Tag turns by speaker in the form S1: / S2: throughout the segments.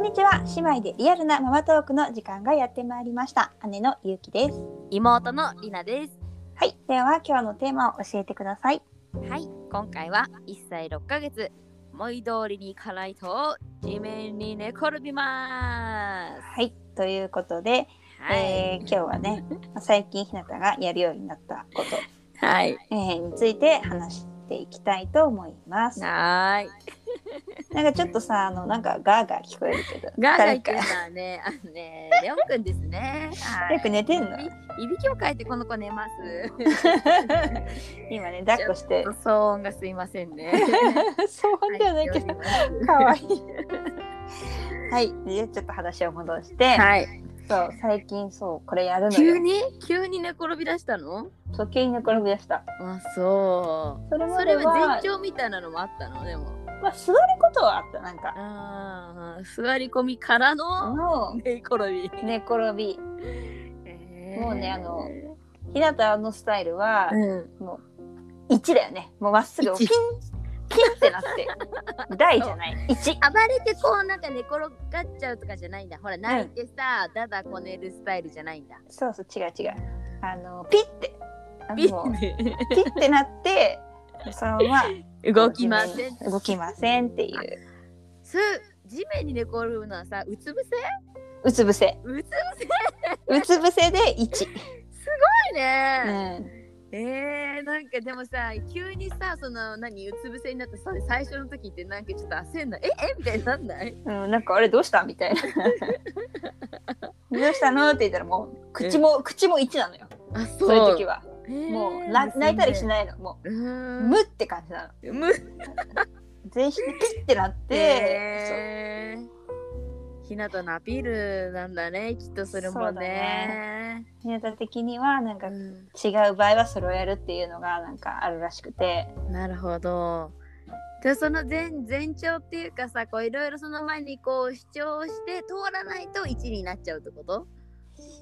S1: んにちは姉妹でリアルなママトークの時間がやってまいりました姉のゆうきです
S2: 妹のりなです
S1: はいでは今日のテーマを教えてください
S2: はい今回は1歳6ヶ月思い通りに行かないと地面に寝転びます
S1: はいということで、えー今日は ねまあ最近ひなたがやるようになったこと、
S2: はい
S1: えーについて話していきたいと思いますな
S2: はーい
S1: んかちょっとさあのなんかガーガー聞こえるけど
S2: ガーガー言って
S1: 誰
S2: る
S1: か
S2: のはねあのねレオンくんですねはい
S1: よく寝てんの
S2: いびきをかいてこの子寝ます
S1: 今ね抱っこして
S2: 騒音がすいませんね
S1: そうじゃないけどかわい いはいでちょっと話を戻して、
S2: はい
S1: そう最近そうこれやるの
S2: 急
S1: よ
S2: に急に寝転び出したの
S1: そう急に寝転び出した
S2: あそう
S1: それま
S2: そ
S1: で
S2: れ
S1: は
S2: は前兆みたいなのもあったのでも
S1: まあ、座ることはあったなんか
S2: あー座り込みからの
S1: の
S2: 寝転び、
S1: 寝転びもうねあの
S2: う
S1: ひなたのスタイルは、
S2: ん、
S1: もう1だよねもうまっすぐピン
S2: 一
S1: ピンってなって 大じゃない1
S2: 暴れてこうなんか寝転がっちゃうとかじゃないんだほら泣いてさ、だだこねるスタイルじゃないんだ
S1: そうそう違う違うあのピッてあ
S2: ビ
S1: のもう
S2: ッ
S1: ピッてなってそのま
S2: て
S1: ま
S2: 動きません
S1: 動きませんっていう
S2: す地面に寝転ぶのはさうつ伏せ
S1: うつ伏せ
S2: うつ伏せ
S1: うつ伏せで1、
S2: だね、
S1: うん、
S2: えー、なんかでもさ急にさその何うつ伏せになったさ最初の時ってなんかちょっと焦んないええみたいになんない
S1: うん、なんかあれどうしたみた いなどうしたのって言ったらもう口も口も1なのよ
S2: あ
S1: そ
S2: そう
S1: いう時はも
S2: も
S1: うな泣いたりし
S2: い
S1: ないのも
S2: う
S1: う
S2: ーん
S1: 無って感じなの
S2: 無っ
S1: 全ひピッてなって、
S2: てひなたのアピールなんだねきっとそれ
S1: そ
S2: も
S1: うだ
S2: ね
S1: そうひなた的にはなんか違
S2: うん
S1: う場合はそれをやるっていうのがなんかあるらしくて
S2: なるほどじゃあその前前兆っていうかさこういろいろその前にこう主張して通らないと1になっちゃうってこと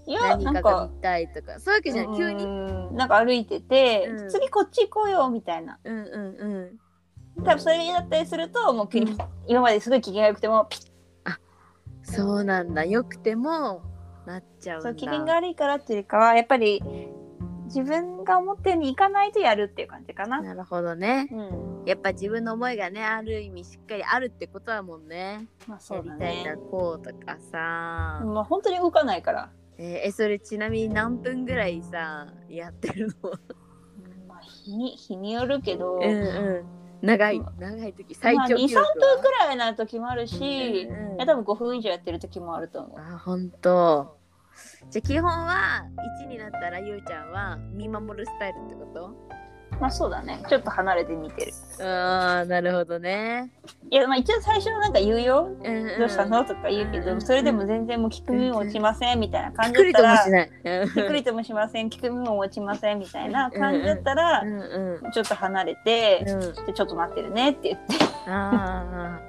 S1: いや
S2: 何
S1: な
S2: か
S1: ん
S2: が
S1: か
S2: 見たいとかそういうわけじゃない急に
S1: になんか歩いてて、
S2: うん
S1: 次こっち行こうよみたいな
S2: うんうんうん
S1: 多分それになったりするともう急に、
S2: うん
S1: 今まですごい機嫌が良くてもピッ
S2: そうなんだ。よくてもなっちゃうんだ。
S1: そう機嫌が悪いからっていうよりかはやっぱり自分が思ったようにいかないとやるっていう感じかな。
S2: なるほどね。
S1: うん
S2: やっぱ自分の思いがね、ある意味しっかりあるってことはもんね。
S1: まあ、そ
S2: や
S1: う
S2: り
S1: だ
S2: たいんだ
S1: ね。
S2: こうとかさ。
S1: まあ、本当に動かないから、
S2: えーえそれちなみに何分ぐらいさ、やってるの
S1: まあ、日に日によるけど、
S2: うんうん。長い、長い時、最
S1: まあ、
S2: 長
S1: 23
S2: 記録は。
S1: 分くらいな時もあるし、
S2: うんうん
S1: え多分5分以上やってる時もあると思う。
S2: あ、ほんと。じゃあ基本は1になったらゆうちゃんは見守るスタイルってこと
S1: まあそうだね。ちょっと離れて見てる。
S2: ああなるほどね。
S1: いやまあ一応最初はなんか言うよ。
S2: うんうん
S1: どうしたのとか言うけ
S2: うんう
S1: ど、
S2: ん
S1: それでも全然もう聞く耳も落ちませんみたいな
S2: びっ
S1: 感じ
S2: く
S1: だっ
S2: り
S1: た
S2: とも
S1: ら
S2: し、ない。うん
S1: びっくりともしません、聞く耳も落ちませんみたいな感じだったら
S2: う、んうん
S1: ちょっと離れて、
S2: うん、
S1: でちょっと待ってるねって言って。
S2: あ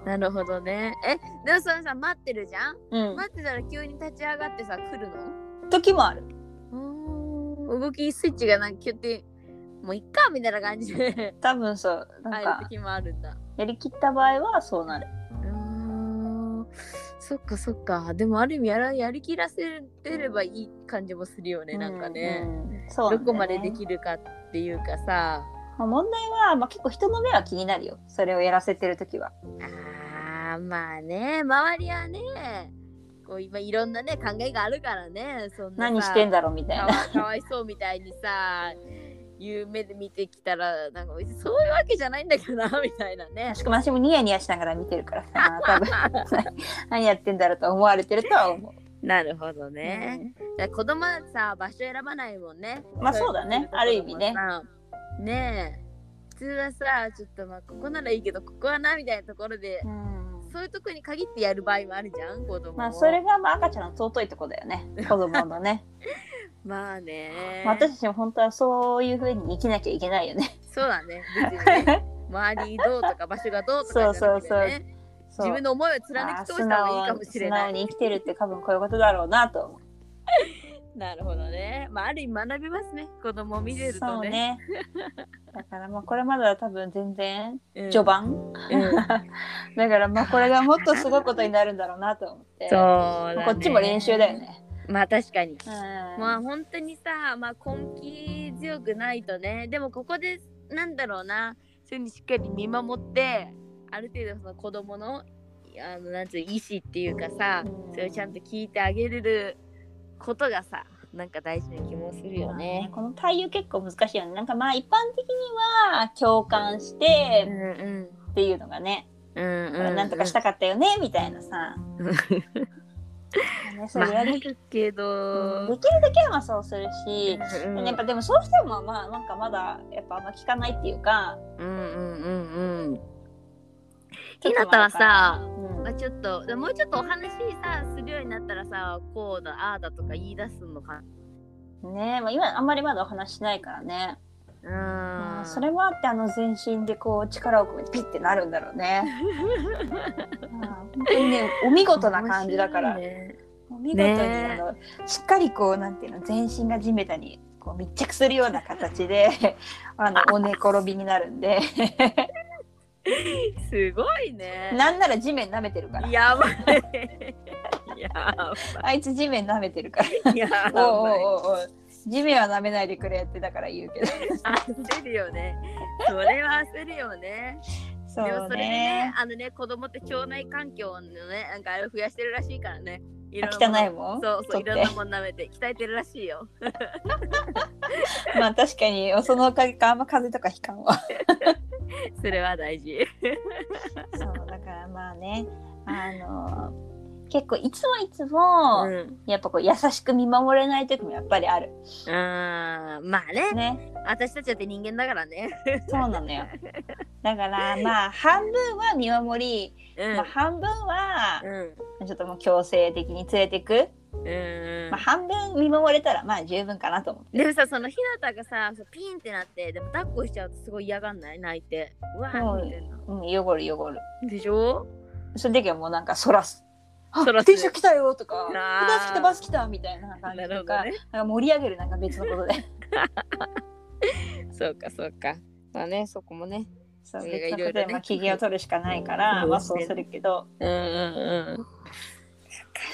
S2: あなるほどねえでもそのさ待ってるじゃん、
S1: うん。
S2: 待ってたら急に立ち上がってさ来る
S1: 時もある。
S2: の動きスイッチがなんかキュッてもういっかみたいな感じで
S1: 多分そう、なん
S2: 入
S1: か
S2: る時もあるんだ
S1: やりきった場合はそうなる。
S2: うーんそっかそっかでもある意味やらやりきらせてればいい感じもするよねなんかね、
S1: うん。うんそうなんだよね
S2: どこまでできるかっていうかさ
S1: まあ、問題は、まあ、結構人の目は気になるよそれをやらせてる時は。
S2: あーまあね周りはねこう今いろんなね考えがあるからねそんなさ
S1: 何してんだろうみたい
S2: か
S1: な。
S2: わかわいそうみたいにさいう目で見てきたらなんか別にそういうわけじゃないんだけどなみたいな ね
S1: しかも私もニヤニヤしながら見てるから さ多分 何やってんだろうと思われてるとは思う。
S2: なるほど ね、だから子供はさ場所選ばないもんね
S1: まあそうだねある意味ね
S2: ねえ普通はさちょっとまあここならいいけどここはなみたいなところで
S1: う、ん
S2: そういうとこに限ってやる場合もあるじゃん子供
S1: まあそれ
S2: を
S1: がまあ赤ちゃんの尊いとこだよ ね子供のね、
S2: まあね
S1: まあ私たちも本当はそういうふうに生きなきゃいけないよね
S2: そうだね。別 にね周りどうとか場所がどうとかじゃなくてね。
S1: そうそうそう
S2: 自分の思いを貫き通した方がいいかもしれ
S1: まあ素直
S2: ない。
S1: に素直に生きてるって多分こういうことだろうなと思う
S2: なるほどね。まあ、ある意味学びますね。子供を見てる
S1: そ
S2: と
S1: う
S2: ね。
S1: ねだからまあこれまだ多分全然
S2: うん
S1: 序盤、
S2: うん
S1: だからまあこれがもっとすごいことになるんだろうなと思って
S2: そう
S1: こ
S2: だね
S1: っちも練習だよ。ね、
S2: まあ、確かに。
S1: うん
S2: まあ本当にさ、まあ、根気強くないとねでもここでなんだろうなそういうふうにしっかり見守ってある程度その子供のあのなんつう意思っていうかさ
S1: うん
S2: それをちゃんと聞いてあげれることがさなんか大事な気もするよね。
S1: この対応結構難しいよねなんかまあ一般的には共感して
S2: ん
S1: っていうのがね、
S2: うん
S1: これなんとかしたかったよねみたいなさ、
S2: うん
S1: ね、そ
S2: ま
S1: れや
S2: あ、あ
S1: り
S2: るけ
S1: うんで
S2: ど、
S1: きるだけはまあそうするし、
S2: うんうん
S1: やっぱでもそうしてもまあなんかまだやっぱあんま聞かないっていうか
S2: うんうんうんうん
S1: ちょっと
S2: ひなたはさ
S1: まだ
S2: まあ、ちょっとでもうちょっとお話さするようになったらさこうだああだとか言い出すのか
S1: うんねまあ、今あんまりまだお話ししないからね、ま
S2: なう
S1: あ
S2: ん
S1: それもあってあの全身でこう力を込めてピッてなるんだろう ねまあ本当にねお見事な感じだから、
S2: 面白いね
S1: お見事に、
S2: ね
S1: あのしっかりこうなんていうの全身が地べたにこう密着するような形で あのお寝転びになるんで
S2: すごいね
S1: なんなら地面舐めてるから
S2: やばいやば
S1: あいつ地面舐めてるから
S2: いやばい
S1: おうおうおうおう地面は舐めないでくれってだから 言うけど
S2: 焦るよねそれは焦るよね
S1: そ
S2: でも
S1: う
S2: それでね
S1: ね
S2: あのね子供って腸内環境のねなんかあれを増やしてるらしいからねいろんな
S1: 汚い
S2: も
S1: もん
S2: のそうそ
S1: 取っ
S2: うい
S1: て
S2: ろんなもん舐めて鍛えてるらしいよ
S1: まあ確かにそのおかげかあんま風邪とかひかんわ
S2: それは大事
S1: そうだからまあねあの結構いつもいつも、
S2: ん
S1: やっぱこう優しく見守れない時もやっぱりある
S2: あーまあね
S1: ね
S2: 私たちだって人間だからね。
S1: そうなのよだ からまあ半分は見守り、
S2: うん
S1: まあ、半分は
S2: うん
S1: ちょっともう強制的に連れてく、
S2: うん
S1: まあ、半分見守れたらまあ十分かなと思って
S2: でもさそのひなたがさそうピンってなってでも抱っこしちゃうとすごい嫌がんない泣いてうわ
S1: そう
S2: ーみたいな
S1: うん汚る汚る
S2: でしょ
S1: その時はもうなんかそらす。あ
S2: そらす
S1: 電車来たよとか、
S2: なあ
S1: バス来たバス来たみたいな感じ
S2: な
S1: と
S2: るほ
S1: か、
S2: どね
S1: なんか盛り上げるなんか別のことで、
S2: そうかそうかまあねそこもね
S1: そう
S2: いろいろ
S1: 別
S2: ね
S1: のことでまあ機嫌を取るしかないから、
S2: うん
S1: まあそうするけど、
S2: うんうんうん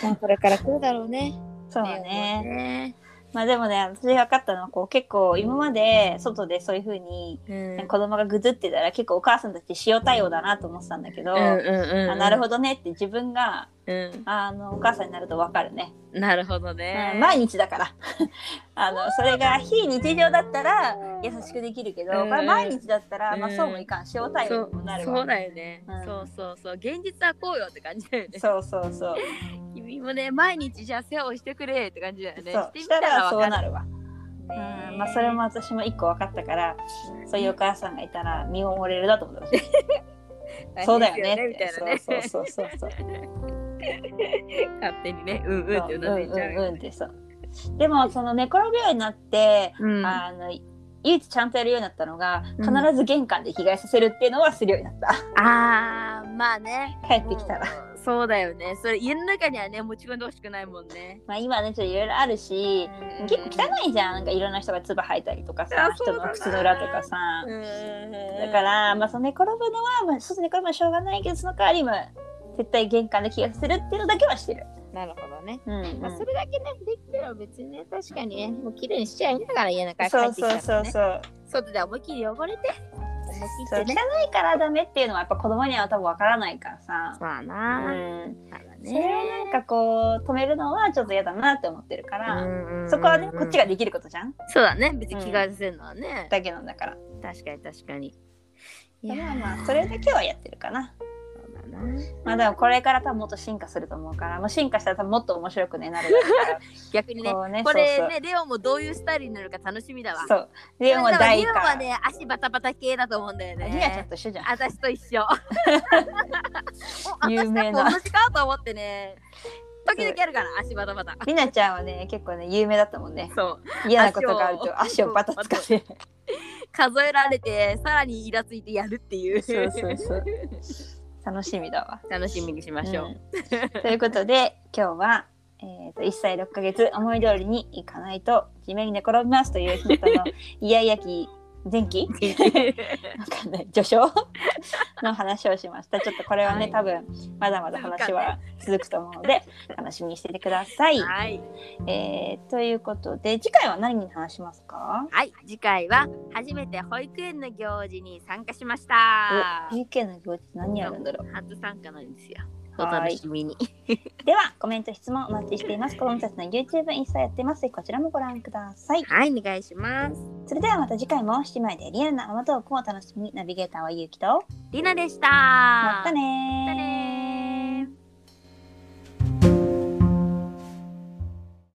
S2: まあこれから来るだろうね
S1: そう
S2: ね
S1: ね。
S2: ね
S1: まあでもね、私が分かったのはこう結構今まで外でそういう風に
S2: うん
S1: 子供がぐずってたら結構お母さんたち塩対応だなと思ってたんだけど、
S2: うんうんうん
S1: あなる
S2: ど、
S1: ほどねって自分が
S2: うん、
S1: あのお母さんになると分かるね。
S2: なるほどね、
S1: うん毎日だから あのそれが非日常だったら優しくできるけど、
S2: うん
S1: これ毎日だったら、
S2: うん
S1: まあ、そうもいかん塩対
S2: そ
S1: 応
S2: う
S1: にもなる
S2: そう
S1: わ
S2: だよね、
S1: うん
S2: そうそうそう現実はこうよって感じだよね
S1: そうそうそうそう
S2: 君もね毎日じゃあ世話をしてくれって感じだよねてみ
S1: したらそう
S2: わか
S1: なるわ、
S2: るね
S1: うんまあ、それも私も一個分かったからそういうお母さんがいたら見守れるだと思ってたそうだよね
S2: みたいなね
S1: そうそうそうそうそう
S2: 勝手にねうんうん
S1: そ
S2: っ
S1: う
S2: てう
S1: うん
S2: なずいちゃう
S1: うんうんってそうでもその寝転びようになって、
S2: うん
S1: あの唯一ちゃんとやるようになったのが必
S2: うん
S1: ず玄関で着替えさせるっていうのはするようになった、
S2: あーまあね
S1: 帰ってきたら
S2: もうそうだよねそれ家の中にはね持ち込んでほしくないもんね
S1: まあ今ねちょっといろいろあるし、結構汚いじゃんなんかいろんな人が唾吐いたりとかさ
S2: あそ
S1: 人
S2: うだ
S1: の
S2: な
S1: 靴の裏とかさ、
S2: だ
S1: だから、まあ、その寝転ぶのは、まあ、外で寝転ぶのはしょうがないけどその代わり今絶対玄関で気がするっていうのだけはしてる。
S2: なるほどね、
S1: うん
S2: まあ、それだけねできてら別にね確かにねもう綺麗にしちゃいながら家の中に帰
S1: そう
S2: ってきた
S1: そう
S2: ら
S1: そう
S2: ね
S1: そう
S2: 外で思いっきり汚れて思いっき
S1: そう汚
S2: りってね
S1: いからダメっていうのはやっぱ子供には多分わからないからさ、
S2: まあ
S1: う
S2: な、
S1: ん、
S2: ただ
S1: それ
S2: ね
S1: をなんかこう止めるのはちょっと嫌だなって思ってるから、そこはねこっち
S2: が
S1: ができることじゃん
S2: そうだね別に着替えさせるのはね、
S1: だけなんだから
S2: 確かに確かにい
S1: まあ
S2: ー
S1: まあそれだけはやってるかな。
S2: そうだな
S1: まあでもこれから多分もっと進化すると思うから、もう進化したら多分もっと面白くねなるだろうから。
S2: 逆 にね
S1: こ
S2: こ
S1: うね
S2: れ
S1: そうそう
S2: ねレオンもどういうスタイルになるか楽しみだわ
S1: そう。レオンは
S2: でもさ
S1: 第一
S2: レオン
S1: か
S2: は。ね足バタバタ系だと思うんだよ
S1: リアちゃん
S2: ね
S1: と一緒じゃん。
S2: 私と一緒お
S1: 有
S2: 私
S1: 名な
S2: だと同じかと思ってね時々あるから足バタバタ
S1: リナちゃんはね結構ね有名だったもんね
S2: そう
S1: 嫌なことがあると足
S2: 足を
S1: をバタつかせる
S2: 数えられてさらにイラついてやるっていう
S1: そうそうそう楽しみだわ、
S2: 楽しみにしましょう、
S1: うんということで今日は、ええーと1歳6ヶ月思い通りにいかないと地面に寝転びますというひなたのイヤイヤ期前期わかんない序章の話をしましたちょっとこれはね、
S2: はい
S1: 多分まだまだ話は続くと思うので、楽しみにしててください、
S2: はい、
S1: えーということで次回は何に話しますか
S2: はい、次回は初めて保育園の行事に参加しました
S1: お。UK の行事何やるんだろう
S2: 初参加なんですよ。お
S1: はーい
S2: 楽しみに。
S1: ではコメント質問お待ちしています子供たちの YouTube インスタやってますこちらもご覧ください
S2: はい、お願いします。
S1: それではまた次回も姉妹でリアルなママトークをお楽しみにナビゲーターはゆうきと
S2: りなでした。
S1: またねー
S2: またねー